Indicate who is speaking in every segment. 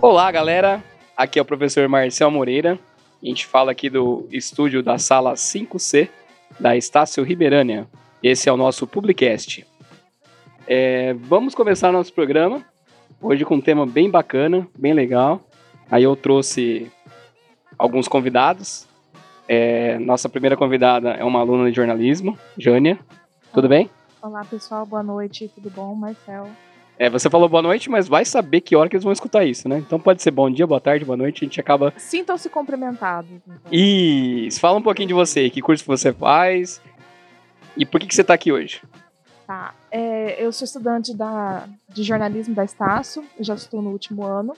Speaker 1: Olá, galera. Aqui é o professor Marcel Moreira. A gente fala aqui do estúdio da sala 5C da Estácio Ribeirânia. Esse é o nosso Publicast. É, vamos começar nosso programa hoje com um tema bem bacana, bem legal. Aí eu trouxe alguns convidados. É, nossa primeira convidada é uma aluna de jornalismo, Jânia. Tudo bem?
Speaker 2: Olá, pessoal, boa noite, tudo bom? Marcel.
Speaker 1: É, você falou boa noite, mas vai saber que hora que eles vão escutar isso, né? Então pode ser bom dia, boa tarde, boa noite, a gente acaba.
Speaker 2: Sintam-se cumprimentados. então.
Speaker 1: Isso! Fala um pouquinho de você, que curso que você faz e por que, que você está aqui hoje?
Speaker 2: Tá. É, eu sou estudante da, de jornalismo da Estácio, eu já estou no último ano.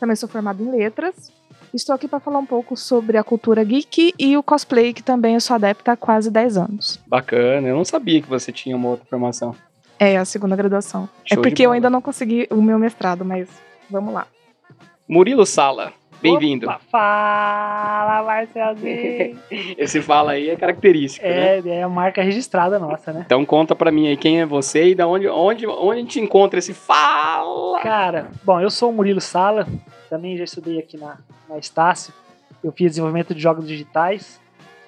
Speaker 2: Também sou formada em letras. Estou aqui para falar um pouco sobre a cultura geek e o cosplay, que também eu sou adepta há quase 10 anos.
Speaker 1: Bacana, eu não sabia que você tinha uma outra formação.
Speaker 2: É a segunda graduação.
Speaker 1: Show de
Speaker 2: é porque eu
Speaker 1: bola.
Speaker 2: ainda não consegui o meu mestrado, mas vamos lá.
Speaker 1: Murilo Sala, bem-vindo.
Speaker 3: Opa, Fala, Marcelzinho!
Speaker 1: Esse fala aí é característico, né?
Speaker 3: é, é a marca registrada nossa, né?
Speaker 1: Então conta pra mim aí quem é você e da onde, onde, onde a gente encontra esse fala.
Speaker 3: Cara, bom, eu sou o Murilo Sala, também já estudei aqui na, na Estácio. Eu fiz desenvolvimento de jogos digitais,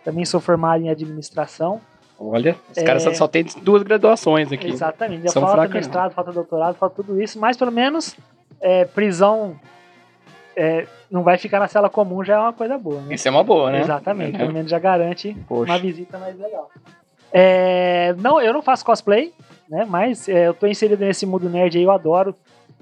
Speaker 3: também sou formado em administração.
Speaker 1: Olha, os
Speaker 3: É.
Speaker 1: caras só, só tem duas graduações aqui.
Speaker 3: Exatamente, já
Speaker 1: São
Speaker 3: falta
Speaker 1: fraca, não.
Speaker 3: mestrado, falta doutorado, falta tudo isso, mas pelo menos é, prisão é, não vai ficar na sala comum já é uma coisa boa, né?
Speaker 1: Isso é uma boa, né?
Speaker 3: Exatamente,
Speaker 1: É.
Speaker 3: pelo menos já garante
Speaker 1: Poxa.
Speaker 3: uma visita mais legal. É, não, eu não faço cosplay, né? Mas é, eu tô inserido nesse mundo nerd aí, eu adoro.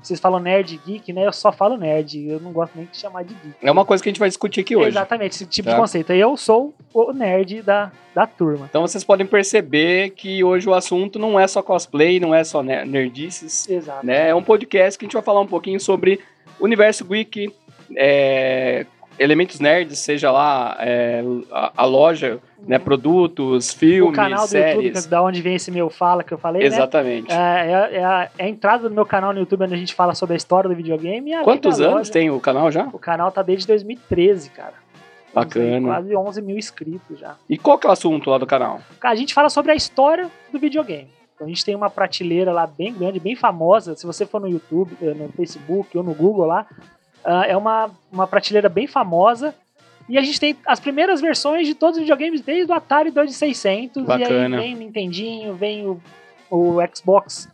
Speaker 3: Vocês falam nerd geek, né? Eu só falo nerd, eu não gosto nem de chamar de geek.
Speaker 1: É uma coisa que a gente vai discutir aqui hoje.
Speaker 3: Exatamente, esse tipo
Speaker 1: Tá.
Speaker 3: de conceito. Eu sou o nerd da, da turma.
Speaker 1: Então vocês podem perceber que hoje o assunto não é só cosplay, não é só ne- nerdices,
Speaker 3: Exato.
Speaker 1: né? É um podcast que a gente vai falar um pouquinho sobre universo geek, é, elementos nerds, seja lá é, a, a loja, né, produtos,
Speaker 3: o
Speaker 1: filmes,
Speaker 3: Uhum. canal do YouTube,
Speaker 1: séries.
Speaker 3: que- é da onde vem esse meu fala que eu falei, né?
Speaker 1: Exatamente.
Speaker 3: É, é- é a, é a entrada do meu canal no YouTube onde a gente fala sobre a história do videogame. e além
Speaker 1: Quantos
Speaker 3: da
Speaker 1: anos
Speaker 3: loja.
Speaker 1: tem o canal já?
Speaker 3: O canal tá desde 2013, cara.
Speaker 1: Bacana.
Speaker 3: Quase 11 mil inscritos já.
Speaker 1: E qual que é o assunto lá do canal?
Speaker 3: Cara, a gente fala sobre a história do videogame. Então a gente tem uma prateleira lá bem grande, bem famosa. Se você for no YouTube, eh, no Facebook ou no Google lá, ah, é uma, uma prateleira bem famosa. E a gente tem as primeiras versões de todos os videogames, desde o Atari 2600.
Speaker 1: Bacana.
Speaker 3: E aí vem o Nintendinho, vem o, o Xbox,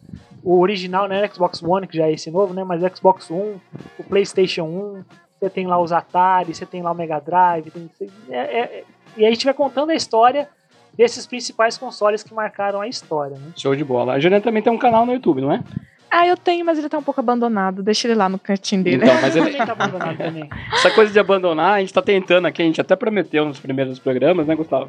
Speaker 3: o original, né? Xbox One, que já é esse novo, né? Mas o Xbox One, o PlayStation 1. Você tem lá os Atari, você tem lá o Mega Drive. tem- é- é- é- e aí a gente vai contando a história desses principais consoles que marcaram a história. Né?
Speaker 1: Show de bola. A Juliana também tem um canal no YouTube, não é?
Speaker 2: Ah, eu tenho, mas ele tá um pouco abandonado. Deixa ele lá no cantinho dele.
Speaker 1: Então, mas ele-
Speaker 3: Também tá abandonado também.
Speaker 1: essa coisa de abandonar, a gente tá tentando aqui, a gente até prometeu nos primeiros programas, né, Gustavo?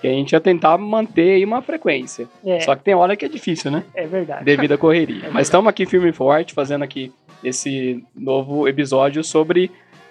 Speaker 1: Que a gente ia tentar manter aí uma frequência.
Speaker 3: É,
Speaker 1: Só que tem hora que é difícil, né?
Speaker 3: é verdade.
Speaker 1: Devido à correria. Mas estamos aqui firme e forte, fazendo aqui esse novo episódio sobre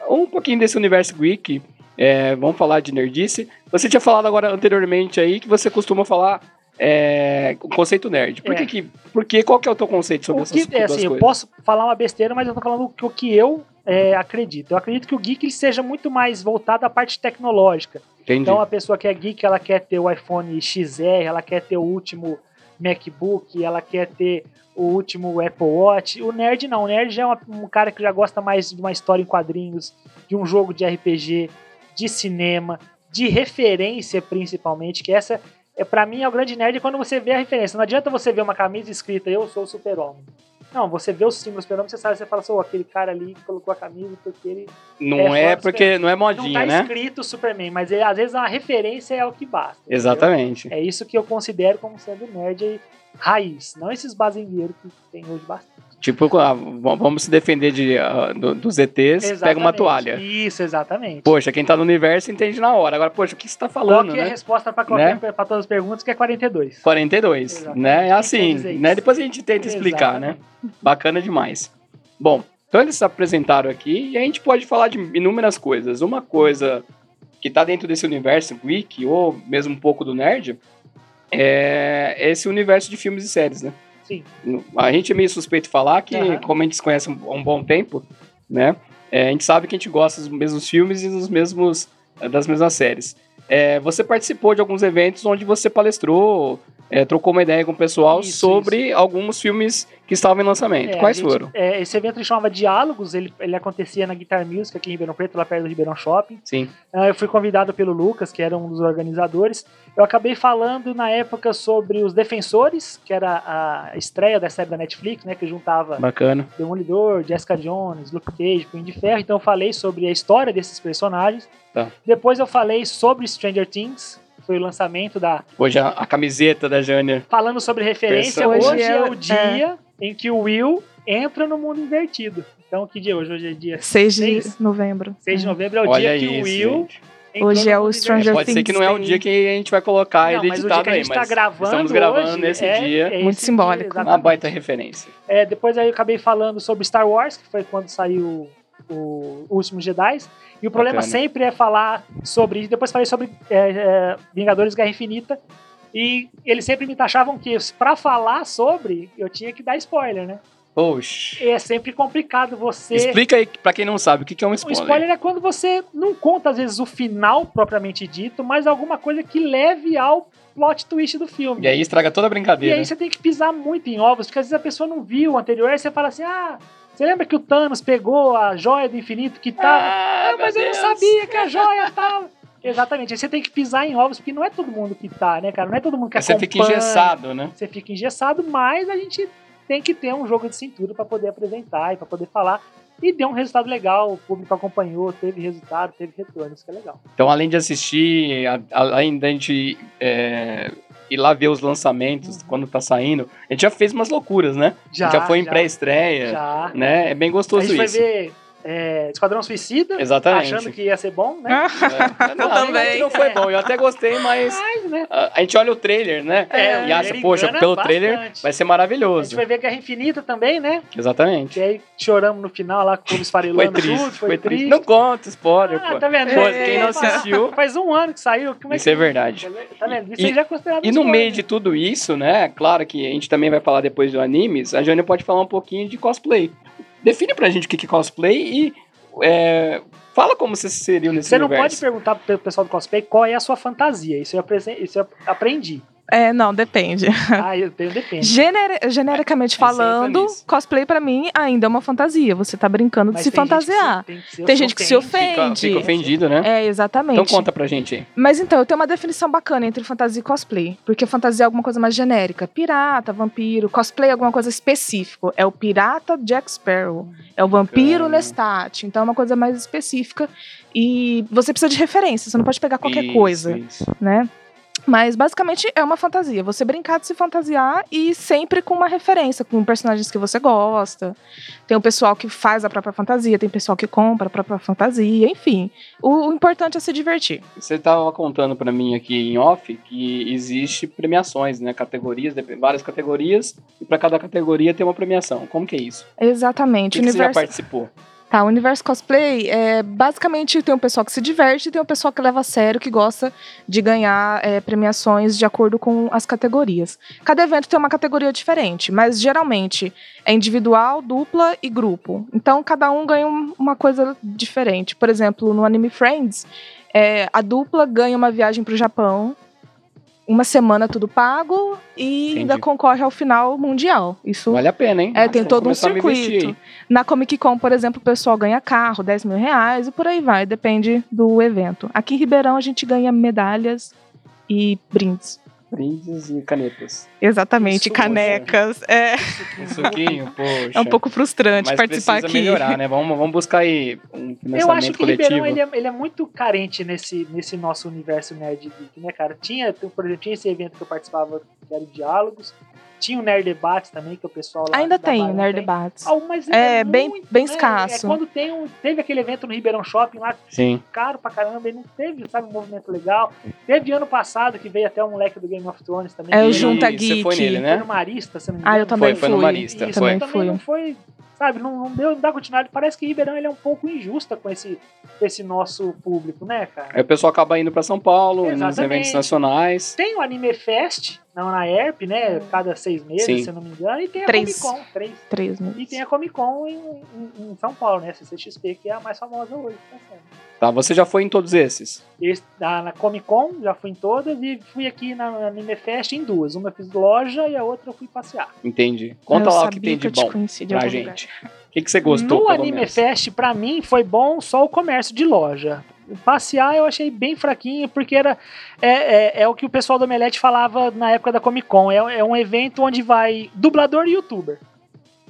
Speaker 1: um pouquinho desse universo geek. É, vamos falar de nerdice. Você tinha falado agora anteriormente aí que você costuma falar é, o conceito nerd. Por
Speaker 3: É.
Speaker 1: que que... Por que? Qual que é o teu conceito sobre
Speaker 3: O
Speaker 1: essas
Speaker 3: que, é,
Speaker 1: duas
Speaker 3: assim, eu
Speaker 1: coisas?
Speaker 3: posso falar uma besteira, mas eu tô falando o que- o que eu é, acredito. Eu acredito que o geek ele seja muito mais voltado à parte tecnológica.
Speaker 1: Entendi.
Speaker 3: Então a pessoa que é geek, ela quer ter o iPhone XR, ela quer ter o último MacBook, ela quer ter o último Apple Watch. O nerd não, o nerd já é uma- um cara que já gosta mais de uma história em quadrinhos, de um jogo de RPG, de cinema, de referência principalmente, que essa é para mim é o grande nerd quando você vê a referência. Não adianta você ver uma camisa escrita eu sou o super-homem. Não, você vê o símbolo do super-homem, você sabe, você fala assim, "Ô, aquele cara ali colocou a camisa porque ele
Speaker 1: não
Speaker 3: é
Speaker 1: é,
Speaker 3: fora dos
Speaker 1: porque... Não é
Speaker 3: não
Speaker 1: modinha,
Speaker 3: tá
Speaker 1: né?
Speaker 3: escrito Superman, mas é, às vezes a referência é o que basta. entendeu?
Speaker 1: Exatamente.
Speaker 3: É isso que eu considero como sendo nerd aí, raiz, não esses bazingueiros que tem hoje bastante.
Speaker 1: Tipo, ah, v- vamos se defender de, ah, do- dos ETs, pega uma
Speaker 3: Exatamente.
Speaker 1: toalha.
Speaker 3: Isso, exatamente.
Speaker 1: Poxa, quem tá no universo entende na hora. Agora, poxa, o que você tá
Speaker 3: Qual
Speaker 1: falando,
Speaker 3: que é a
Speaker 1: né?
Speaker 3: resposta para qualquer pra todas as perguntas, que é 42.
Speaker 1: 42,
Speaker 3: Exatamente.
Speaker 1: né? É
Speaker 3: Quem quer
Speaker 1: assim,
Speaker 3: dizer
Speaker 1: né?
Speaker 3: isso?
Speaker 1: Depois a gente tenta explicar, né? Bacana demais. Bom, então eles se apresentaram aqui e a gente pode falar de inúmeras coisas. Uma coisa que tá dentro desse universo geek, ou mesmo um pouco do nerd, é esse universo de filmes e séries, né?
Speaker 3: Sim.
Speaker 1: A gente é meio suspeito de falar que,
Speaker 3: Aham.
Speaker 1: como a gente se conhece há um, um bom tempo, né? é, a gente sabe que a gente gosta dos mesmos filmes e dos eh, mesmos das mesmas séries. É, você participou de alguns eventos onde você palestrou, é, trocou uma ideia com o pessoal
Speaker 3: Isso,
Speaker 1: sobre alguns filmes que estavam em lançamento.
Speaker 3: É,
Speaker 1: Quais
Speaker 3: a gente-
Speaker 1: foram?
Speaker 3: é, esse evento ele chamava Diálogos, ele, ele acontecia na Guitar Music aqui em Ribeirão Preto, lá perto do Ribeirão Shopping.
Speaker 1: Sim.
Speaker 3: Ah, Eu fui convidado pelo Lucas, que era um dos organizadores. Eu acabei falando na época sobre os Defensores, que era a estreia da série da Netflix, né? Que juntava
Speaker 1: Bacana.
Speaker 3: Demolidor, Jessica Jones, Luke Cage, Punho de Ferro. Então eu falei sobre a história desses personagens.
Speaker 1: Tá.
Speaker 3: Depois eu falei sobre Stranger Things, foi o lançamento da.
Speaker 1: Hoje a, a camiseta da Jânia.
Speaker 3: Falando sobre referência,
Speaker 1: Pensando.
Speaker 3: hoje,
Speaker 2: Hoje
Speaker 3: é,
Speaker 2: é-
Speaker 3: o dia em que o Will entra no mundo invertido. Então que dia é hoje? Hoje é dia
Speaker 2: 6 de
Speaker 3: Seis.
Speaker 2: novembro.
Speaker 3: 6 de novembro, é o
Speaker 1: Olha
Speaker 3: dia que o
Speaker 1: isso,
Speaker 3: Will.
Speaker 1: gente.
Speaker 3: entrou
Speaker 2: Hum. Hoje
Speaker 3: no
Speaker 2: é o
Speaker 3: mundo
Speaker 1: É,
Speaker 2: Stranger
Speaker 3: invertido.
Speaker 2: Stranger
Speaker 1: pode ser que não é o
Speaker 2: Things
Speaker 1: dia que a gente vai colocar
Speaker 3: Não,
Speaker 1: ele
Speaker 3: mas o dia
Speaker 1: editado
Speaker 3: que a
Speaker 1: aí,
Speaker 3: gente tá
Speaker 1: mas
Speaker 3: gravando
Speaker 1: estamos gravando
Speaker 3: hoje
Speaker 1: nesse
Speaker 3: é-
Speaker 1: dia.
Speaker 3: é
Speaker 2: Muito
Speaker 3: esse
Speaker 2: simbólico.
Speaker 3: dia,
Speaker 1: Uma
Speaker 3: exatamente.
Speaker 1: baita referência.
Speaker 3: É, depois aí eu acabei falando sobre Star Wars, que foi quando saiu o Último Jedi. E o problema
Speaker 1: Bacana.
Speaker 3: sempre é falar sobre isso. Depois falei sobre é, é, Vingadores Guerra Infinita. E eles sempre me taxavam que pra falar sobre, eu tinha que dar spoiler, né?
Speaker 1: Poxa.
Speaker 3: E é sempre complicado você.
Speaker 1: Explica aí pra quem não sabe o que que é um
Speaker 3: O
Speaker 1: spoiler.
Speaker 3: spoiler é quando você não conta, às vezes, o final propriamente dito, mas alguma coisa que leve ao plot twist do filme.
Speaker 1: E aí estraga toda a
Speaker 3: E
Speaker 1: brincadeira. né?
Speaker 3: aí você tem que pisar muito em ovos, porque às vezes a pessoa não viu o anterior, aí você fala assim, ah, você lembra que o Thanos pegou a joia do infinito que tava?
Speaker 1: Ah,
Speaker 3: ah, mas eu
Speaker 1: meu
Speaker 3: não
Speaker 1: Deus.
Speaker 3: sabia que a joia tava. Exatamente, aí você tem que pisar em ovos, porque não é todo mundo que tá, né, cara? Não é todo mundo que
Speaker 1: Você fica
Speaker 3: acompanha,
Speaker 1: engessado, né?
Speaker 3: Você fica engessado, mas a gente tem que ter um jogo de cintura pra poder apresentar e pra poder falar. E deu um resultado legal, o público acompanhou, teve resultado, teve retorno, isso que é legal.
Speaker 1: Então, além de assistir, a- a- além da gente é, ir lá ver os lançamentos,
Speaker 3: Uhum.
Speaker 1: quando tá saindo, a gente já fez umas loucuras, né? a gente já foi em pré-estreia,
Speaker 3: Já.
Speaker 1: né? É bem
Speaker 3: A
Speaker 1: gostoso
Speaker 3: gente foi
Speaker 1: isso.
Speaker 3: ver é, Esquadrão Suicida,
Speaker 1: Exatamente.
Speaker 3: Tá achando que ia ser bom, né?
Speaker 2: Ah,
Speaker 1: É. Não,
Speaker 4: também.
Speaker 1: Não foi bom, eu até gostei, mas
Speaker 3: Mas, né?
Speaker 1: a, a gente olha o trailer, né?
Speaker 3: É,
Speaker 1: e
Speaker 3: o
Speaker 1: acha,
Speaker 3: trailer
Speaker 1: poxa,
Speaker 3: engana
Speaker 1: pelo trailer
Speaker 3: bastante.
Speaker 1: vai ser
Speaker 3: A gente
Speaker 1: maravilhoso.
Speaker 3: vai ver Guerra Infinita também, né?
Speaker 1: Exatamente.
Speaker 3: E aí choramos no final lá com o esfarelando
Speaker 1: Foi triste,
Speaker 3: tudo,
Speaker 1: foi, triste. Não conta, spoiler,
Speaker 3: Ah,
Speaker 1: pô.
Speaker 3: tá vendo?
Speaker 1: Pô,
Speaker 3: É,
Speaker 1: Quem não
Speaker 3: é,
Speaker 1: assistiu.
Speaker 3: Faz um ano que saiu, como é
Speaker 1: Isso é verdade.
Speaker 3: que... Tá vendo? Isso
Speaker 1: E-
Speaker 3: aí já é considerado
Speaker 1: E no
Speaker 3: spoiler.
Speaker 1: meio de tudo isso, né? Claro que a gente também vai falar depois do animes, a Jânia pode falar um pouquinho de cosplay. Define pra gente o que que é cosplay e é, fala como você se inseriu nesse
Speaker 3: Você não pode
Speaker 1: universo.
Speaker 3: perguntar pro pessoal do cosplay qual é a sua fantasia. Isso eu, apresen- isso eu aprendi.
Speaker 2: É, não, depende.
Speaker 3: ah, eu tenho depende.
Speaker 2: Genera- genericamente
Speaker 1: sempre
Speaker 2: falando,
Speaker 1: nisso.
Speaker 2: cosplay pra mim ainda é uma fantasia. Você tá brincando de
Speaker 3: Mas
Speaker 2: se
Speaker 3: tem gente que se-
Speaker 2: fantasiar.
Speaker 3: tem que se
Speaker 2: tem gente que se
Speaker 1: Fica,
Speaker 2: ofende.
Speaker 1: fica ofendido, né?
Speaker 2: É, exatamente.
Speaker 1: então conta pra gente aí.
Speaker 2: Mas então, eu tenho uma definição bacana entre fantasia e cosplay. Porque fantasia é alguma coisa mais genérica. Pirata, vampiro. Cosplay é alguma coisa específica. É o pirata Jack Sparrow. É o vampiro
Speaker 1: Bacana.
Speaker 2: Lestat. Então é uma coisa mais específica. E você precisa de referência. Você não pode pegar qualquer
Speaker 1: Isso,
Speaker 2: coisa,
Speaker 1: isso.
Speaker 2: né? Mas basicamente é uma fantasia. Você brincar de se fantasiar e sempre com uma referência, com personagens que você gosta. Tem o pessoal que faz a própria fantasia, tem o pessoal que compra a própria fantasia, enfim. O- o importante é se divertir.
Speaker 1: Você estava contando para mim aqui em off que existe premiações, né? Categorias, dep- várias categorias, e para cada categoria tem uma premiação. Como que é isso? O
Speaker 2: Exatamente.
Speaker 1: que,
Speaker 2: O
Speaker 1: que você já
Speaker 2: universo,
Speaker 1: participou?
Speaker 2: tá, o universo cosplay é basicamente tem um pessoal que se diverte e tem um pessoal que leva a sério, que gosta de ganhar é, premiações de acordo com as categorias. Cada evento tem uma categoria diferente, mas geralmente é individual, dupla e grupo. Então cada um ganha um- uma coisa diferente. Por exemplo, no Anime Friends, é, a dupla ganha uma viagem para o Japão. Uma semana tudo pago e
Speaker 1: Entendi.
Speaker 2: ainda concorre ao final mundial. Isso
Speaker 1: Vale a pena, hein?
Speaker 2: É, tem
Speaker 1: Vou
Speaker 2: todo um
Speaker 1: começar a me
Speaker 2: circuito.
Speaker 1: vestir aí.
Speaker 2: Na Comic Con, por exemplo, o pessoal ganha carro, 10 mil reais e por aí vai, depende do evento. Aqui em Ribeirão a gente ganha medalhas e brindes.
Speaker 1: Brindes e canetas.
Speaker 2: Exatamente,
Speaker 1: Isso,
Speaker 2: canecas. É,
Speaker 1: Um suquinho, poxa.
Speaker 2: é um pouco frustrante
Speaker 1: Mas
Speaker 2: participar
Speaker 1: precisa
Speaker 2: aqui.
Speaker 1: melhorar, né? Vamos, vamos buscar aí um
Speaker 3: Eu acho
Speaker 1: financiamento
Speaker 3: que Ribeirão
Speaker 1: coletivo.
Speaker 3: ele é, ele é muito carente nesse, nesse nosso universo nerd geek, né, cara? Tinha, por exemplo, tinha esse evento que eu participava, que era o Diálogos. Tinha o Nerd Debates também, que o pessoal lá
Speaker 2: Ainda
Speaker 3: da
Speaker 2: tem né,
Speaker 3: Barão
Speaker 2: Nerd
Speaker 3: tem.
Speaker 2: Debates.
Speaker 3: Ah, mas
Speaker 2: É,
Speaker 3: é
Speaker 2: bem-
Speaker 3: muito,
Speaker 2: bem
Speaker 3: né?
Speaker 2: escasso.
Speaker 3: É quando tem um, teve aquele evento no Ribeirão Shopping lá,
Speaker 1: Sim.
Speaker 3: caro pra caramba, e não teve, sabe, um movimento legal. Teve ano passado que veio até um moleque do Game of Thrones também.
Speaker 2: É, o
Speaker 3: que
Speaker 1: E
Speaker 3: veio-
Speaker 2: Junta
Speaker 1: Você foi
Speaker 2: Geek.
Speaker 1: nele,
Speaker 3: Foi no
Speaker 1: né?
Speaker 3: Marista, se não me
Speaker 2: Ah,
Speaker 3: engano.
Speaker 2: eu
Speaker 1: Foi,
Speaker 2: também
Speaker 1: foi no
Speaker 2: fui.
Speaker 1: Marista.
Speaker 3: Isso,
Speaker 1: Foi.
Speaker 3: também,
Speaker 2: fui.
Speaker 3: não foi, sabe, não, não deu, não dá continuidade. Parece que Ribeirão ele é um pouco injusta com esse, com esse nosso público, né, cara?
Speaker 1: Aí o pessoal acaba indo pra São Paulo, nos
Speaker 3: Exatamente.
Speaker 1: eventos nacionais.
Speaker 3: Tem o Anime Fest na, na ERP, né? Cada seis meses,
Speaker 1: Sim.
Speaker 3: se eu não me engano, e tem a
Speaker 2: Três.
Speaker 3: Comic Con, três.
Speaker 2: Três
Speaker 3: E
Speaker 2: meses.
Speaker 3: tem a Comic Con em, em- em São Paulo, né? A CCXP, que é a mais famosa hoje. tá certo?
Speaker 1: Tá, você já foi em todos esses?
Speaker 3: Esse- na, na Comic Con, já fui em todas e fui aqui na na Anime Fest em duas. Uma eu fiz loja e a outra eu fui passear.
Speaker 1: Entendi. Conta
Speaker 2: Eu
Speaker 1: lá o que
Speaker 2: sabia
Speaker 1: tem de
Speaker 2: eu te
Speaker 1: bom
Speaker 2: conheci de
Speaker 1: pra
Speaker 2: algum lugar.
Speaker 1: gente. O que, que você gostou,
Speaker 3: no
Speaker 1: pelo
Speaker 3: Anime
Speaker 1: menos?
Speaker 3: Fest, pra mim, foi bom só o comércio de loja. Passear eu achei bem fraquinho, porque era é, é, é o que o pessoal do Omelete falava na época da Comic Con. É, é um evento onde vai dublador e youtuber.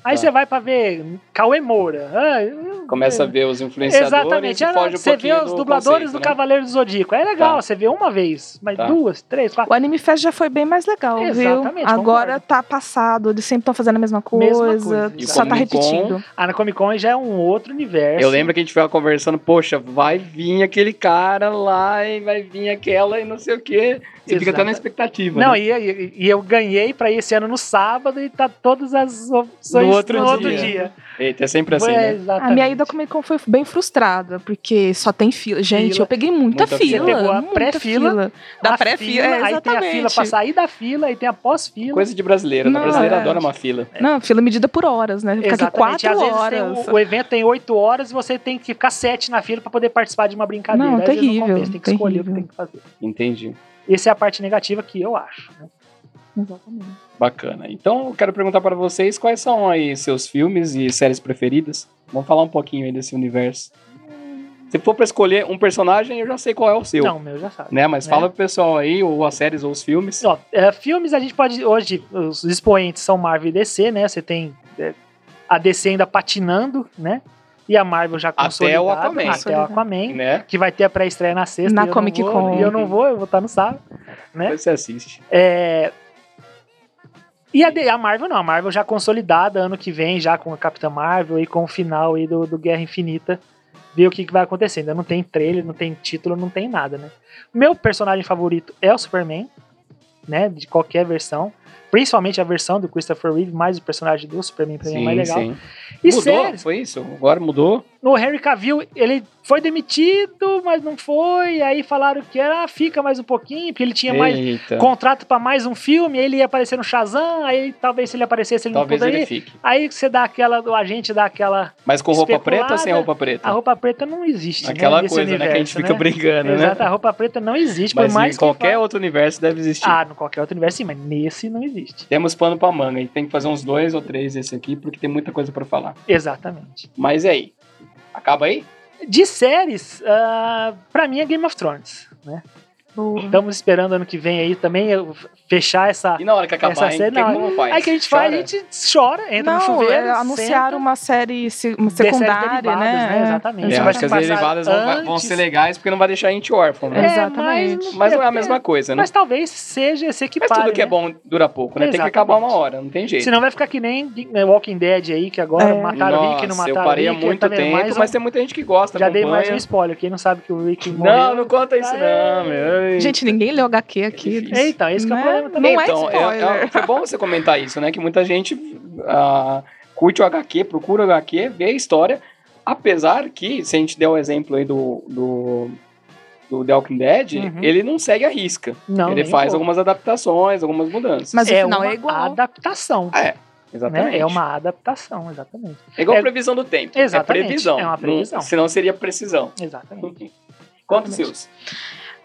Speaker 3: Aí
Speaker 1: Tá.
Speaker 3: você vai pra ver Cauê Moura. Ah, eu-
Speaker 1: Começa a ver os influenciadores
Speaker 3: Exatamente.
Speaker 1: e
Speaker 3: era-
Speaker 1: foge um
Speaker 3: você vê
Speaker 1: pouquinho
Speaker 3: os
Speaker 1: do
Speaker 3: dubladores
Speaker 1: conceito,
Speaker 3: do
Speaker 1: né?
Speaker 3: Cavaleiro do Zodíaco. É legal,
Speaker 1: Tá.
Speaker 3: você vê uma vez, mas
Speaker 1: Tá.
Speaker 3: duas, três, quatro.
Speaker 2: O Anime Fest já foi bem mais legal,
Speaker 3: Exatamente,
Speaker 2: viu? Agora
Speaker 3: concordo.
Speaker 2: tá passado, eles sempre estão fazendo a mesma
Speaker 3: Mesma
Speaker 2: coisa,
Speaker 3: coisa,
Speaker 1: E
Speaker 2: só tá
Speaker 1: Comic Con,
Speaker 2: repetindo.
Speaker 3: Ah, na Comic Con já é um outro universo.
Speaker 1: Eu lembro que a gente ficava conversando, poxa, vai vir aquele cara lá e vai vir aquela e não sei o quê. Você fica até na
Speaker 3: Exatamente.
Speaker 1: expectativa.
Speaker 3: Não,
Speaker 1: né?
Speaker 3: e, e- e eu ganhei pra ir esse ano no sábado e tá todas as opções
Speaker 1: No outro
Speaker 2: dia.
Speaker 1: Eita, é sempre assim,
Speaker 3: Foi,
Speaker 1: né?
Speaker 2: A
Speaker 3: exatamente.
Speaker 2: minha ida ao Comic Con foi bem frustrada, porque só tem fila. Gente,
Speaker 3: Fila.
Speaker 2: eu peguei muita,
Speaker 1: Muita fila.
Speaker 2: fila.
Speaker 3: Você pegou a
Speaker 2: muita
Speaker 3: pré-fila,
Speaker 2: fila. Da
Speaker 3: A
Speaker 2: pré-fila,
Speaker 3: fila,
Speaker 2: é,
Speaker 3: Aí tem a
Speaker 2: exatamente.
Speaker 3: fila pra sair da fila, aí tem a pós-fila.
Speaker 1: Coisa de brasileiro. né?
Speaker 2: Não,
Speaker 1: brasileiro
Speaker 2: é.
Speaker 1: adora uma fila.
Speaker 2: Não, fila medida por horas, né? Fica aqui
Speaker 3: Exatamente.
Speaker 2: quatro
Speaker 3: Às vezes tem
Speaker 2: horas.
Speaker 3: o, o evento tem oito horas e você tem que ficar sete na fila pra poder participar de uma brincadeira.
Speaker 2: Não,
Speaker 3: Às vezes
Speaker 2: terrível,
Speaker 3: compensa, tem que escolher o que
Speaker 2: terrível.
Speaker 3: tem que fazer.
Speaker 1: Entendi.
Speaker 3: Essa é a parte negativa que eu acho. né?
Speaker 2: Exatamente.
Speaker 1: Bacana. Então, eu quero perguntar pra vocês quais são aí seus filmes e séries preferidas. Vamos falar um pouquinho aí desse universo. Se for pra escolher um personagem, eu já sei qual é o seu.
Speaker 3: Não, meu, já sabe.
Speaker 1: Né? Mas
Speaker 3: Né?
Speaker 1: fala pro pessoal aí, ou as séries ou os filmes.
Speaker 3: Ó, é, filmes a gente pode. Hoje, os expoentes são Marvel e DC, né? Você tem é, a DC ainda patinando, né? E a Marvel já
Speaker 1: Até
Speaker 3: consolidada.
Speaker 1: o Aquaman.
Speaker 3: Até o Aquaman.
Speaker 1: Né?
Speaker 3: Que vai ter a pré-estreia na sexta.
Speaker 2: Na
Speaker 3: e eu não
Speaker 2: Comic
Speaker 3: vou,
Speaker 2: Con.
Speaker 3: E eu não vou, eu vou estar no sábado. né?
Speaker 1: Depois Você assiste.
Speaker 3: É, E a, D- a Marvel não, a Marvel já consolidada ano que vem, já com a Capitã Marvel e com o final aí do, do Guerra Infinita. Ver o que, que vai acontecer. Ainda não tem trailer, não tem título, não tem nada, né? Meu personagem favorito é o Superman, né? De qualquer versão. Principalmente a versão do Christopher Reeve, mais o personagem do Superman pra mim é mais legal.
Speaker 1: sim.
Speaker 3: E
Speaker 1: mudou?
Speaker 3: séries,
Speaker 1: Foi isso? Agora mudou?
Speaker 3: no Henry Cavill, ele foi demitido, mas não foi. Aí falaram que era, ah, fica mais um pouquinho, porque ele tinha mais
Speaker 1: Eita.
Speaker 3: contrato pra mais um filme, ele ia aparecer no Shazam, aí talvez se ele aparecesse ele
Speaker 1: Talvez
Speaker 3: não poderia.
Speaker 1: ele fique.
Speaker 3: Aí você dá aquela, o agente dá aquela,
Speaker 1: Mas com roupa
Speaker 3: Especulada,
Speaker 1: preta ou sem roupa preta?
Speaker 3: a roupa preta não existe,
Speaker 1: É. Aquela
Speaker 3: né, nesse
Speaker 1: coisa, né, que a gente
Speaker 3: universo,
Speaker 1: fica
Speaker 3: né?
Speaker 1: brincando, né?
Speaker 3: Exato, a roupa preta não existe,
Speaker 1: Mas
Speaker 3: por
Speaker 1: em
Speaker 3: mais que
Speaker 1: qualquer
Speaker 3: fa-
Speaker 1: outro universo deve existir.
Speaker 3: Ah, no qualquer outro universo sim, mas nesse não existe.
Speaker 1: Temos pano pra manga, a gente tem que fazer uns dois ou três desse aqui, porque tem muita coisa pra falar.
Speaker 3: Exatamente.
Speaker 1: Mas e aí? Acaba aí?
Speaker 3: De séries, ah, pra mim é Game of Thrones, né?
Speaker 1: Uhum.
Speaker 2: Boa.
Speaker 3: Estamos esperando ano que vem aí também eu fechar essa
Speaker 1: E na hora que acabar,
Speaker 3: Essa
Speaker 1: hein?
Speaker 3: cena-
Speaker 1: que- como faz?
Speaker 3: Aí que a gente
Speaker 1: Chora?
Speaker 3: faz, a gente chora, entra
Speaker 2: não,
Speaker 3: no chuveiro,
Speaker 2: é, anunciaram uma série se- uma secundária,
Speaker 3: derivadas,
Speaker 2: né?
Speaker 3: né?
Speaker 2: É.
Speaker 3: Exatamente.
Speaker 1: É,
Speaker 3: Isso
Speaker 1: eu
Speaker 3: vai
Speaker 1: acho que as
Speaker 3: passar
Speaker 1: derivadas vão, vão
Speaker 3: antes.
Speaker 1: ser legais, porque não vai deixar a gente órfão,
Speaker 3: É,
Speaker 1: né?
Speaker 2: Exatamente.
Speaker 3: mas-
Speaker 1: Mas não é a mesma coisa, né?
Speaker 3: Mas talvez seja se
Speaker 1: Mas
Speaker 3: equipare.
Speaker 1: tudo que é
Speaker 3: né?
Speaker 1: bom é dura pouco, né? Tem que
Speaker 3: Exatamente.
Speaker 1: acabar uma hora, não tem jeito.
Speaker 3: Senão vai ficar que nem né, Walking Dead aí, que agora
Speaker 2: É.
Speaker 3: mataram o Rick, não
Speaker 1: Nossa, eu
Speaker 3: mataram
Speaker 1: parei
Speaker 3: o
Speaker 1: há
Speaker 3: Rick.
Speaker 1: muito
Speaker 3: tá vendo?
Speaker 1: tempo,
Speaker 3: Mais um-
Speaker 1: mas tem muita gente que gosta,
Speaker 3: Já dei mais um
Speaker 1: acompanha.
Speaker 3: spoiler. Quem não sabe que o Rick morreu...
Speaker 1: Não, não conta isso,
Speaker 3: Ah,
Speaker 1: não, meu.
Speaker 2: É. Gente, ninguém leu HQ aqui.
Speaker 1: difícil.
Speaker 3: É, então, esse que é o
Speaker 2: Né?
Speaker 3: problema também.
Speaker 2: Não é
Speaker 1: então,
Speaker 2: spoiler.
Speaker 1: foi bom você comentar isso, né? Que muita gente ah, curte o HQ, procura o HQ, vê a história. Apesar que, se a gente der o exemplo aí do, do, do The Walking Dead,
Speaker 3: Uhum.
Speaker 1: ele não segue a risca.
Speaker 3: Não,
Speaker 1: ele
Speaker 3: nem
Speaker 1: faz
Speaker 3: um pouco.
Speaker 1: algumas adaptações, algumas mudanças.
Speaker 2: Mas o
Speaker 3: é
Speaker 2: final
Speaker 3: uma
Speaker 2: é igual.
Speaker 3: adaptação.
Speaker 1: Exatamente.
Speaker 3: Né? É uma adaptação, exatamente.
Speaker 1: É igual
Speaker 3: é-
Speaker 1: a previsão do tempo.
Speaker 3: Exatamente,
Speaker 1: É previsão.
Speaker 3: é uma previsão.
Speaker 1: Não, senão seria precisão.
Speaker 3: Exatamente.
Speaker 1: Quantos
Speaker 2: Exatamente.
Speaker 1: seus?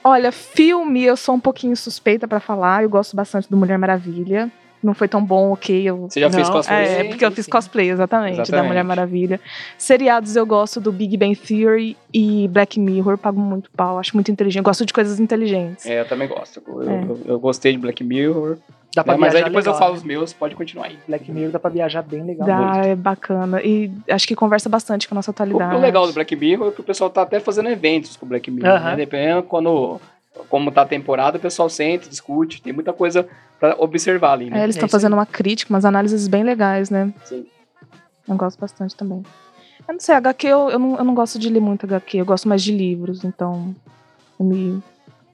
Speaker 2: Olha, filme, eu sou um pouquinho suspeita pra falar. Eu gosto bastante do Mulher Maravilha. Não foi tão bom, ok. Eu...
Speaker 1: Você já fez
Speaker 3: Não,
Speaker 1: cosplay?
Speaker 2: É,
Speaker 3: Sim,
Speaker 2: porque eu
Speaker 3: sim,
Speaker 2: fiz
Speaker 3: sim.
Speaker 2: cosplay, exatamente, da
Speaker 1: Exatamente.
Speaker 2: Mulher Maravilha. Seriados eu gosto do Big Bang Theory e Black Mirror, pago muito pau, acho muito inteligente. Gosto de coisas inteligentes.
Speaker 1: É, eu também gosto. Eu,
Speaker 2: É.
Speaker 1: eu- eu gostei de Black Mirror.
Speaker 3: Dá pra
Speaker 1: né? Mas aí
Speaker 3: viajar
Speaker 1: depois eu
Speaker 3: legal,
Speaker 1: falo
Speaker 3: né?
Speaker 1: os meus, pode continuar aí.
Speaker 3: Black Mirror dá pra viajar bem legal.
Speaker 2: Dá,
Speaker 1: muito.
Speaker 2: é bacana. E acho que conversa bastante com a nossa
Speaker 1: O,
Speaker 2: atualidade.
Speaker 1: o legal do Black Mirror é que o pessoal tá até fazendo eventos com o Black Mirror,
Speaker 3: Aham.
Speaker 1: né? Dependendo quando, como tá a temporada, o pessoal senta, discute, tem muita coisa pra observar ali,
Speaker 2: É,
Speaker 1: né?
Speaker 2: eles
Speaker 3: É
Speaker 2: estão
Speaker 3: isso aí.
Speaker 2: fazendo uma crítica, umas análises bem legais, né?
Speaker 1: Sim.
Speaker 2: Eu gosto bastante também. Eu não sei, HQ, eu, eu, não, eu não gosto de ler muito HQ, eu gosto mais de livros, então eu me,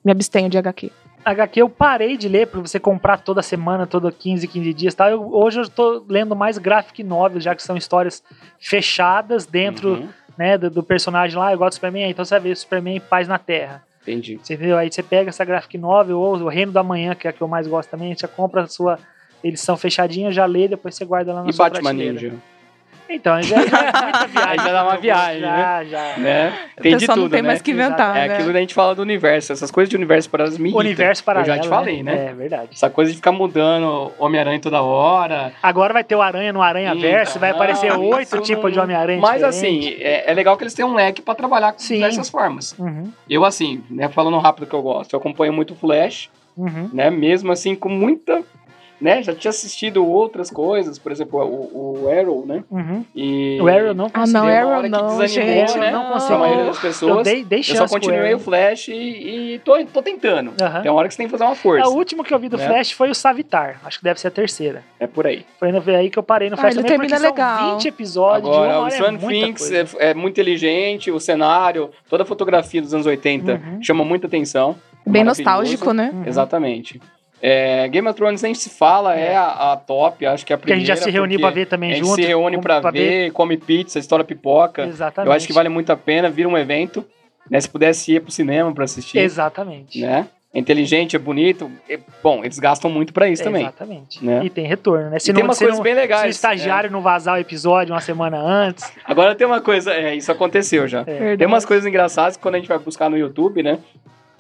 Speaker 2: me abstenho de HQ.
Speaker 3: HQ eu parei de ler pra você comprar toda semana, todo 15, 15 dias, tá? Eu- hoje eu tô lendo mais graphic novel, já que são histórias fechadas dentro,
Speaker 1: Uhum,
Speaker 3: né, do, do personagem lá, igual do Superman, então você vai ver Superman e Paz na Terra.
Speaker 1: Entendi.
Speaker 3: Você entendeu? Aí você pega essa graphic novel ou o Reino da Manhã, que é a que eu mais gosto também, você compra a sua eles são fechadinha, já lê, depois você guarda lá na
Speaker 1: E
Speaker 3: sua
Speaker 1: Batman
Speaker 3: prateleira.
Speaker 1: Ninja?
Speaker 3: Então, aí já é muita viagem.
Speaker 1: Aí já dá uma viagem,
Speaker 3: já, Já,
Speaker 1: né?
Speaker 2: É. O
Speaker 1: Tem de
Speaker 2: pessoal
Speaker 1: tudo,
Speaker 2: não tem
Speaker 1: né?
Speaker 2: mais o que inventar,
Speaker 1: É
Speaker 2: né?
Speaker 1: aquilo que a gente fala do universo. Essas coisas de universo para as me irritam.
Speaker 3: Universo paralelo.
Speaker 1: Eu já te falei, né?
Speaker 3: É verdade.
Speaker 1: Essa coisa de ficar mudando Homem-Aranha toda hora.
Speaker 3: Agora vai ter o Aranha no Aranha Verso, vai
Speaker 1: Então,
Speaker 3: aparecer
Speaker 1: isso
Speaker 3: oito
Speaker 1: não-
Speaker 3: tipos de Homem-Aranha.
Speaker 1: Mas
Speaker 3: diferente.
Speaker 1: assim, é, é legal que eles têm um leque para trabalhar com
Speaker 3: Sim.
Speaker 1: diversas formas.
Speaker 3: Uhum,
Speaker 1: Eu, assim, né, falando rápido que eu gosto, eu acompanho muito o Flash,
Speaker 3: uhum.
Speaker 1: né? Mesmo assim, com muita. Né, já tinha assistido outras coisas, por exemplo, o, o Arrow, né?
Speaker 3: Uhum.
Speaker 1: E
Speaker 3: O Arrow não
Speaker 2: Ah, não,
Speaker 1: Deu uma
Speaker 2: Arrow
Speaker 1: hora que
Speaker 2: não,
Speaker 1: desanimou,
Speaker 2: gente.
Speaker 1: né?
Speaker 3: Não
Speaker 1: a maioria
Speaker 3: conseguiu.
Speaker 1: das
Speaker 3: Eu
Speaker 1: pessoas.
Speaker 3: dei, dei
Speaker 1: Eu
Speaker 3: chance
Speaker 1: só
Speaker 3: pro
Speaker 1: continuei É um
Speaker 3: Arrow.
Speaker 1: o Flash e, e tô, tô tentando.
Speaker 3: Aham.
Speaker 1: Tem uma hora que você tem que fazer uma força.
Speaker 3: A última que eu vi do
Speaker 1: Né?
Speaker 3: Flash foi o Savitar. Acho que deve ser a terceira.
Speaker 1: É por aí.
Speaker 3: Foi no- aí que eu parei no
Speaker 2: Ah,
Speaker 3: Flash
Speaker 2: ele
Speaker 3: também,
Speaker 2: termina
Speaker 3: porque são
Speaker 2: legal.
Speaker 3: 20 episódios de
Speaker 1: Agora,
Speaker 3: uma
Speaker 1: o
Speaker 3: hora é
Speaker 1: Swan
Speaker 3: muita
Speaker 1: Finks
Speaker 3: coisa.
Speaker 1: é, é muito inteligente, o cenário, toda a fotografia dos anos 80
Speaker 3: Uhum.
Speaker 1: chama muita atenção.
Speaker 2: Bem
Speaker 1: Maravilhoso.
Speaker 2: nostálgico, né?
Speaker 3: Uhum.
Speaker 1: Exatamente. É, Game of Thrones nem se fala, é, a, a top, acho que é a
Speaker 3: Porque a
Speaker 1: primeira.
Speaker 3: gente já se reuniu pra
Speaker 1: porque
Speaker 3: ver também
Speaker 1: A gente
Speaker 3: junto.
Speaker 1: se
Speaker 3: um
Speaker 1: reúne
Speaker 3: com-
Speaker 1: pra, ver, come pizza, estoura pipoca.
Speaker 3: Exatamente.
Speaker 1: Eu acho que vale muito a pena, vira um evento. Né, se pudesse ir pro cinema pra assistir.
Speaker 3: Exatamente.
Speaker 1: né? É inteligente, é bonito. é- bom, eles gastam muito pra isso também.
Speaker 3: Exatamente.
Speaker 1: né?
Speaker 3: E tem retorno, né? Se
Speaker 1: e
Speaker 3: não,
Speaker 1: tem umas
Speaker 3: se
Speaker 1: coisas
Speaker 3: não-
Speaker 1: bem legais.
Speaker 3: se o estagiário não vazar o episódio uma semana antes.
Speaker 1: é. Agora tem uma coisa, é, isso aconteceu já.
Speaker 3: É.
Speaker 2: Verdade.
Speaker 1: Tem umas coisas engraçadas que quando a gente vai buscar no YouTube, né?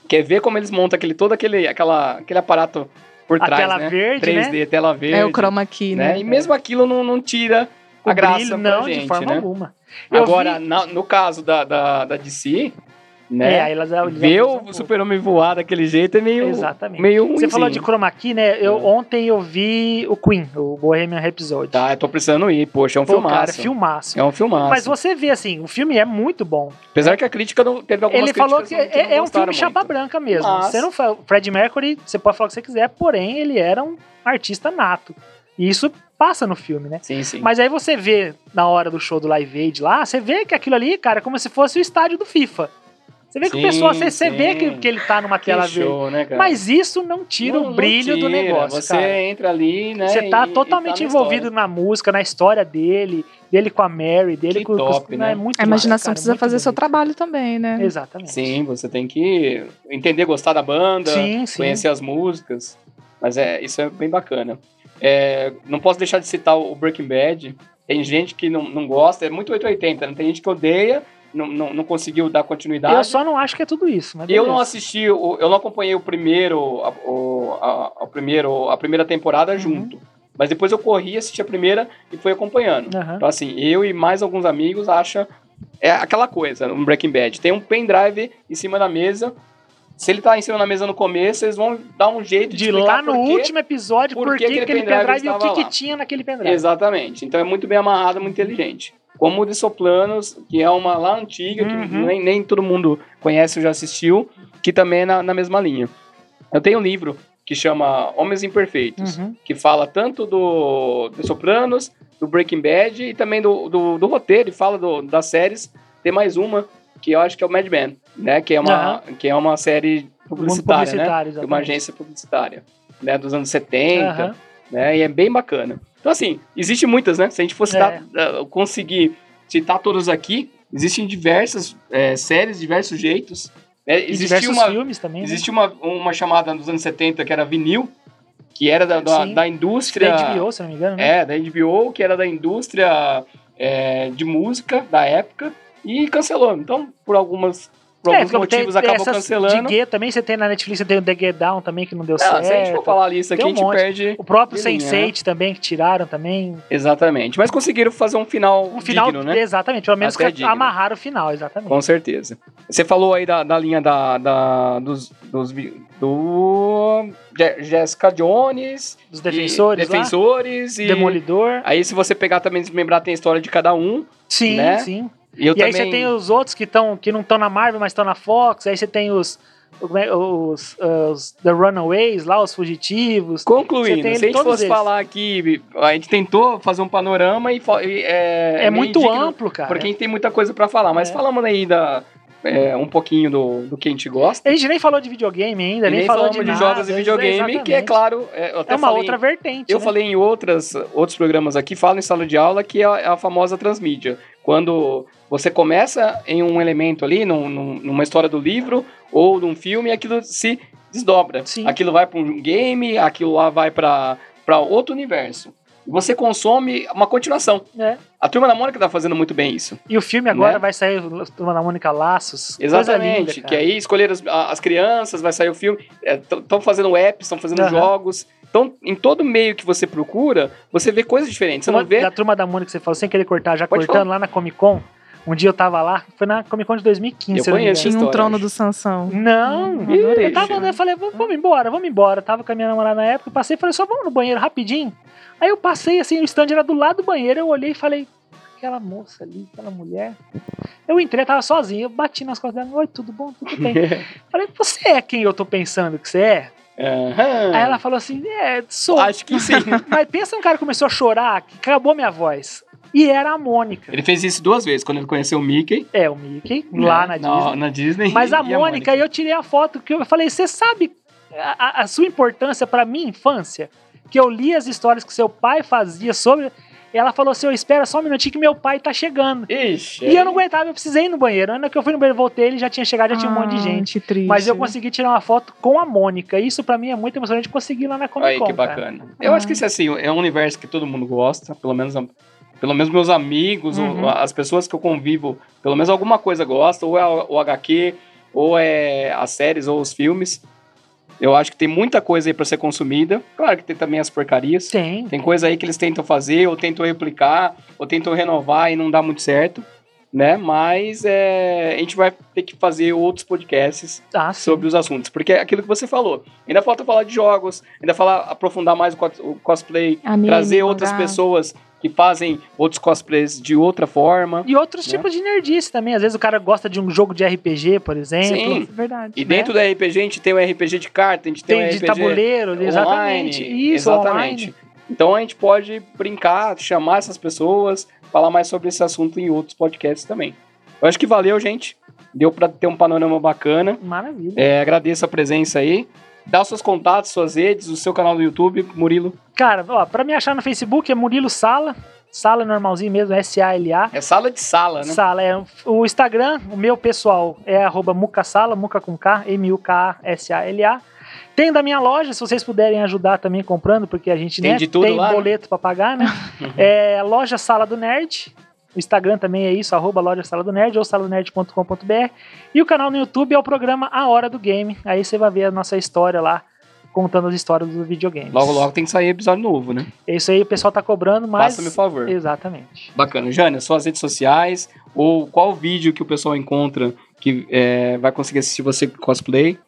Speaker 1: Quer ver como eles montam aquele, todo aquele, aquela, aquele aparato por
Speaker 3: A
Speaker 1: trás,
Speaker 3: tela
Speaker 1: né?
Speaker 3: verde,
Speaker 1: 3D,
Speaker 3: né?
Speaker 1: tela verde.
Speaker 2: É o chroma key,
Speaker 1: né?
Speaker 2: né?
Speaker 1: E mesmo aquilo não, não tira
Speaker 3: O
Speaker 1: a graça
Speaker 3: brilho,
Speaker 1: pra
Speaker 3: não,
Speaker 1: gente,
Speaker 3: de forma
Speaker 1: né?
Speaker 3: alguma. Eu
Speaker 1: Agora,
Speaker 3: vi-
Speaker 1: na- no caso da, da, da DC,
Speaker 3: É,
Speaker 1: né?
Speaker 3: aí elas, elas
Speaker 1: ver
Speaker 3: abusam um
Speaker 1: o
Speaker 3: pouco.
Speaker 1: super-homem voar daquele jeito é meio,
Speaker 3: Exatamente.
Speaker 1: meio ruim.
Speaker 3: Você falou de chroma key, né? Eu,
Speaker 1: É.
Speaker 3: Ontem eu vi o Queen, o Bohemian Rhapsody.
Speaker 1: Tá, eu tô precisando ir, poxa, é um
Speaker 3: Pô, cara,
Speaker 1: filmaço.
Speaker 3: filmaço.
Speaker 1: É um filmaço.
Speaker 3: Mas você vê, assim, o filme é muito bom.
Speaker 1: Apesar que a crítica não teve algumas
Speaker 3: Ele falou que
Speaker 1: críticas não
Speaker 3: é, é um
Speaker 1: gostaram
Speaker 3: filme chapa
Speaker 1: muito.
Speaker 3: branca mesmo.
Speaker 1: Mas-
Speaker 3: Você não fa- Fred Mercury, você pode falar o que você quiser, porém ele era um artista nato. E isso passa no filme, né?
Speaker 1: Sim, sim.
Speaker 3: Mas aí você vê na hora do show do Live Aid lá, você vê que aquilo ali, cara, é como se fosse o estádio do FIFA. Você vê que
Speaker 1: Sim,
Speaker 3: o pessoal, você, você
Speaker 1: sim.
Speaker 3: vê que, que ele tá numa
Speaker 1: Que
Speaker 3: tela verde.
Speaker 1: show, né, cara?
Speaker 3: Mas isso não tira
Speaker 1: Não-
Speaker 3: o
Speaker 1: não
Speaker 3: brilho do
Speaker 1: tira,
Speaker 3: negócio,
Speaker 1: Você
Speaker 3: cara.
Speaker 1: entra ali, né?
Speaker 3: Você tá
Speaker 1: e- e
Speaker 3: totalmente
Speaker 1: na
Speaker 3: envolvido na música, na história dele, dele com a Mary, dele
Speaker 1: Que
Speaker 3: com
Speaker 1: top,
Speaker 3: com,
Speaker 1: né?
Speaker 3: É muito
Speaker 2: A imaginação
Speaker 3: massa,
Speaker 2: precisa
Speaker 3: cara, muito
Speaker 2: fazer seu
Speaker 3: bonito.
Speaker 2: trabalho também, né?
Speaker 3: Exatamente.
Speaker 1: Sim, você tem que entender, gostar da banda,
Speaker 3: sim. sim.
Speaker 1: conhecer as músicas. Mas é, isso é bem bacana. É, não posso deixar de citar o Breaking Bad. Tem gente que não, não gosta, é muito 880, né? Tem gente que odeia, não, não, não conseguiu dar continuidade.
Speaker 3: Eu só não acho que é tudo isso. Mas
Speaker 1: Eu não
Speaker 3: beleza.
Speaker 1: assisti, o- eu não acompanhei o primeiro, a, o- a- a primeiro, a primeira temporada
Speaker 3: Uhum.
Speaker 1: junto. Mas depois eu corri, assisti a primeira e fui acompanhando.
Speaker 3: Aham.
Speaker 1: Então, assim, eu e mais alguns amigos acha É aquela coisa, um Breaking Bad. Tem um pendrive em cima da mesa. Se ele tá em cima da mesa no começo, eles vão dar um jeito de,
Speaker 3: De
Speaker 1: explicar
Speaker 3: lá no
Speaker 1: por quê.
Speaker 3: último né? episódio,
Speaker 1: por
Speaker 3: por
Speaker 1: que
Speaker 3: que
Speaker 1: aquele
Speaker 3: aquele
Speaker 1: pendrive
Speaker 3: pendrive e o que,
Speaker 1: estava
Speaker 3: que
Speaker 1: lá.
Speaker 3: tinha naquele pendrive.
Speaker 1: Exatamente. Então é muito bem amarrado, muito inteligente. Como o de Soplanos, que é uma lá antiga, que
Speaker 3: Uhum.
Speaker 1: nem, nem todo mundo conhece ou já assistiu, que também é na, na mesma linha. Eu tenho um livro que chama Homens Imperfeitos,
Speaker 3: Uhum.
Speaker 1: que fala tanto do The Sopranos, do Breaking Bad e também do, do, do roteiro, e fala do- das séries. Tem mais uma, que eu acho que é o Mad Men, né? Que é uma, que é uma série
Speaker 3: Do mundo
Speaker 1: publicitária, né? De uma
Speaker 3: exatamente.
Speaker 1: agência publicitária, né? Dos anos 70,
Speaker 3: Aham.
Speaker 1: né? E é bem bacana. Então, assim, existe muitas, né? Se a gente fosse
Speaker 3: É.
Speaker 1: dar- eh, conseguir citar todas aqui, existem diversas eh, séries, diversos jeitos. né?
Speaker 3: E
Speaker 1: Existe,
Speaker 3: diversos
Speaker 1: uma,
Speaker 3: filmes também. né?
Speaker 1: existe uma, uma chamada nos anos 70 que era vinil, que era da, da,
Speaker 3: Sim.
Speaker 1: da
Speaker 3: Acho que da
Speaker 1: indústria.
Speaker 3: HBO, se não me engano, né?
Speaker 1: É, da HBO, que era da indústria eh, de música da época, e cancelou. Então, por algumas. Por alguns
Speaker 3: porque
Speaker 1: motivos
Speaker 3: É, tem
Speaker 1: acabou
Speaker 3: essas
Speaker 1: cancelando.
Speaker 3: De Gay também você tem na Netflix, você tem o The Get Down também, que não deu
Speaker 1: Ah,
Speaker 3: certo.
Speaker 1: se a gente for falar né? a lista aqui,
Speaker 3: Tem um
Speaker 1: a gente
Speaker 3: monte.
Speaker 1: perde.
Speaker 3: O próprio
Speaker 1: de linha,
Speaker 3: Sense8 também, que tiraram também.
Speaker 1: Exatamente. Mas conseguiram fazer um final,
Speaker 3: Um final,
Speaker 1: digno, né?
Speaker 3: exatamente, pelo menos
Speaker 1: Até
Speaker 3: que
Speaker 1: digno.
Speaker 3: amarraram o final, exatamente.
Speaker 1: Com certeza. Você falou aí da, da linha da, da- dos, dos vi- do Je- Jessica Jones,
Speaker 3: Dos
Speaker 1: e
Speaker 3: defensores, lá,
Speaker 1: defensores e
Speaker 3: Demolidor.
Speaker 1: aí se você pegar também desmembrar tem a história de cada um.
Speaker 3: Sim,
Speaker 1: né?
Speaker 3: sim.
Speaker 1: E eu
Speaker 3: e
Speaker 1: também
Speaker 3: aí você tem os outros que, tão, que não estão na Marvel, mas estão na Fox. Aí você tem os, como é- os, os The Runaways lá, os fugitivos.
Speaker 1: concluindo,
Speaker 3: você tem
Speaker 1: se a gente
Speaker 3: todos
Speaker 1: fosse
Speaker 3: eles.
Speaker 1: falar aqui, a gente tentou fazer um panorama e, fo- e, é,
Speaker 3: É,
Speaker 1: meio
Speaker 3: muito
Speaker 1: indigno,
Speaker 3: amplo, cara.
Speaker 1: porque a gente tem muita coisa pra falar, mas
Speaker 3: É.
Speaker 1: falamos aí da é, um pouquinho do, do que a gente gosta.
Speaker 3: A gente nem falou de videogame ainda,
Speaker 1: E
Speaker 3: nem,
Speaker 1: nem
Speaker 3: falou
Speaker 1: falamos
Speaker 3: de,
Speaker 1: de,
Speaker 3: nada,
Speaker 1: jogos e videogame, que é
Speaker 3: exatamente.
Speaker 1: claro, é, eu até
Speaker 3: É uma
Speaker 1: falei
Speaker 3: outra vertente.
Speaker 1: Eu
Speaker 3: né?
Speaker 1: falei em outras, outros programas aqui, falo em sala de aula, que é a, a famosa transmídia. Quando você começa em um elemento ali, num- num- numa história do livro ou num filme, aquilo se desdobra.
Speaker 3: Sim.
Speaker 1: Aquilo vai para um game, aquilo lá vai para outro universo. você consome uma continuação.
Speaker 3: É.
Speaker 1: A Turma da Mônica tá fazendo muito bem isso.
Speaker 3: E o filme agora
Speaker 1: Né?
Speaker 3: vai sair Turma da Mônica Laços. Coisa
Speaker 1: Exatamente.
Speaker 3: linda, cara.
Speaker 1: que aí escolheram as, a- as crianças, vai sair o filme. Estão fazendo apps, estão fazendo
Speaker 3: Aham.
Speaker 1: jogos. Então, em todo meio que você procura, você vê coisas diferentes. Você
Speaker 3: Uma-
Speaker 1: não vê.
Speaker 3: Da turma da Mônica que você falou, sem querer cortar, já
Speaker 1: Pode
Speaker 3: cortando lá na Comic Con. Um dia eu tava lá, foi na Comic Con de 2015.
Speaker 1: Eu
Speaker 3: se não me
Speaker 1: conheço. Hum.
Speaker 2: Tinha um
Speaker 1: história,
Speaker 2: trono
Speaker 1: acho.
Speaker 2: do Sansão.
Speaker 3: engano. Não,
Speaker 2: Ih, adorei
Speaker 3: eu tava
Speaker 1: esse
Speaker 3: andando, eu falei, vamos vamos embora, vamos embora. Eu tava com a minha namorada na época, eu passei, falei, só vamos no banheiro rapidinho. Aí eu passei, assim, o stand era do lado do banheiro, eu olhei e falei, aquela moça ali, aquela mulher. Eu entrei, tava sozinho, eu bati nas costas dela, oi, tudo bom, tudo bem. falei, você é quem eu tô pensando que você é?
Speaker 1: Aham.
Speaker 3: Aí ela falou assim, é, sou.
Speaker 1: Acho que sim.
Speaker 3: Mas pensa um cara que começou a chorar, que acabou minha voz. E era a Mônica.
Speaker 1: ele fez isso duas vezes, quando ele conheceu o Mickey.
Speaker 3: É, o Mickey, lá na Disney.
Speaker 1: na Disney.
Speaker 3: Mas
Speaker 1: e
Speaker 3: a Mônica, eu tirei a foto que eu falei, você sabe a, a- a sua importância pra minha infância? Que eu li as histórias que seu pai fazia sobre... Ela falou assim, eu espera só um minutinho que meu pai tá chegando.
Speaker 1: Ixi.
Speaker 3: E eu não aguentava, eu precisei ir no banheiro. Na hora que eu fui no banheiro, voltei, ele já tinha chegado, já tinha um monte de
Speaker 2: Ah,
Speaker 3: gente.
Speaker 2: que triste.
Speaker 3: Mas eu consegui tirar uma foto com a Mônica. Isso pra mim é muito emocionante conseguir lá na Comic
Speaker 1: Aí,
Speaker 3: Con.
Speaker 1: que
Speaker 3: cara.
Speaker 1: bacana. Eu acho que isso assim, é um universo que todo mundo gosta, pelo menos, pelo menos meus amigos, ou
Speaker 3: Uhum.
Speaker 1: as pessoas que eu convivo, pelo menos alguma coisa gosta, ou é o HQ, ou é as séries, ou os filmes. Eu acho que tem muita coisa aí pra ser consumida. Claro que tem também as porcarias.
Speaker 3: Sim.
Speaker 1: Tem coisa aí que eles tentam fazer, ou tentam replicar, ou tentam renovar e não dá muito certo, né? Mas é, a gente vai ter que fazer outros podcasts
Speaker 3: Ah, sim.
Speaker 1: sobre os assuntos. Porque é aquilo que você falou. Ainda falta falar de jogos, ainda falar aprofundar mais o cos- o cosplay,
Speaker 2: Anime,
Speaker 1: trazer outras
Speaker 2: mangá.
Speaker 1: pessoas que fazem outros cosplays de outra forma.
Speaker 3: E outros
Speaker 1: né?
Speaker 3: tipos de nerdice também. Às vezes o cara gosta de um jogo de RPG, por exemplo.
Speaker 1: Sim. um
Speaker 2: Verdade.
Speaker 1: E dentro do RPG a gente tem o RPG de carta, a gente tem,
Speaker 3: Né? Tem
Speaker 1: o
Speaker 3: de
Speaker 1: RPG
Speaker 3: tabuleiro,
Speaker 1: online,
Speaker 3: exatamente. Isso,
Speaker 1: exatamente.
Speaker 3: online.
Speaker 1: Então a gente pode brincar, chamar essas pessoas, falar mais sobre esse assunto em outros podcasts também. Eu acho que valeu, gente. Deu pra ter um panorama bacana.
Speaker 3: Maravilha.
Speaker 1: É, agradeço a presença aí. Dá os seus contatos, suas redes, o seu canal do YouTube, Murilo.
Speaker 3: Cara, ó, pra me achar no Facebook é Murilo Sala. Sala normalzinho mesmo, S-A-L-A.
Speaker 1: É sala de sala, né?
Speaker 3: Sala é o Instagram, o meu pessoal é arroba mucasala, muca com K, M-U-K-S-A-L-A. Tem da minha loja, se vocês puderem ajudar também comprando, porque a gente
Speaker 1: Tem
Speaker 3: né,
Speaker 1: de tudo
Speaker 3: tem
Speaker 1: lá, né?
Speaker 3: boleto pra pagar, né? é, loja Sala do Nerd. O Instagram também é isso, arroba loja Sala do Nerd ou saladonerd.com.br. E o canal no YouTube é o programa A Hora do Game. Aí você vai ver a nossa história lá, contando as histórias do videogame.
Speaker 1: Logo, logo tem que sair episódio novo, né?
Speaker 3: É isso aí, o pessoal tá cobrando, mas.
Speaker 1: Faça-me o favor.
Speaker 3: Exatamente.
Speaker 1: Bacana. Jânia, suas redes sociais, ou qual vídeo que o pessoal encontra que é, vai conseguir assistir você cosplay?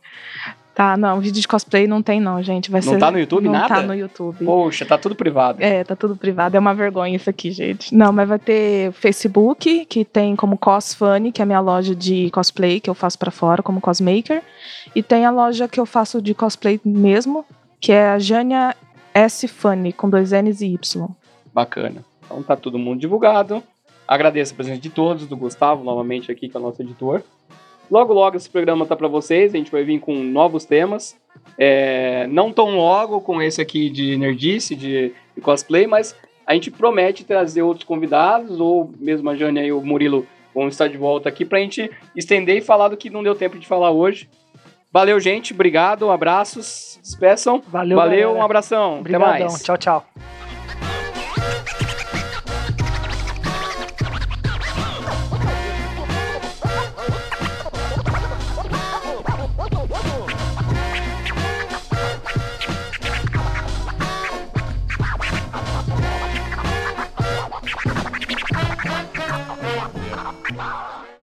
Speaker 2: Tá, não, vídeo de cosplay não tem não, gente. Vai
Speaker 1: Não
Speaker 2: ser...
Speaker 1: tá no YouTube
Speaker 2: não
Speaker 1: nada?
Speaker 2: tá no YouTube.
Speaker 1: Poxa, tá tudo privado.
Speaker 2: É, tá tudo privado, é uma vergonha isso aqui, gente. Não, mas vai ter Facebook, que tem como Cosfani, que é a minha loja de cosplay que eu faço pra fora como cosmaker, e tem a loja que eu faço de cosplay mesmo, que é a Jânia S Funny com dois N's e Y.
Speaker 1: Bacana. Então tá todo mundo divulgado. Agradeço a presença de todos, do Gustavo novamente aqui, que é o nosso editor. Logo, logo esse programa tá pra vocês. A gente vai vir com novos temas. É, não tão logo com esse aqui de nerdice, de, de cosplay, mas a gente promete trazer outros convidados, ou mesmo a Jânia e o Murilo vão estar de volta aqui pra gente estender e falar do que não deu tempo de falar hoje. Valeu, gente. Obrigado. Abraços. Despeçam.
Speaker 3: Valeu,
Speaker 1: Valeu,
Speaker 3: galera.
Speaker 1: um abração. Até
Speaker 3: Obrigadão.
Speaker 1: mais.
Speaker 3: Tchau, tchau.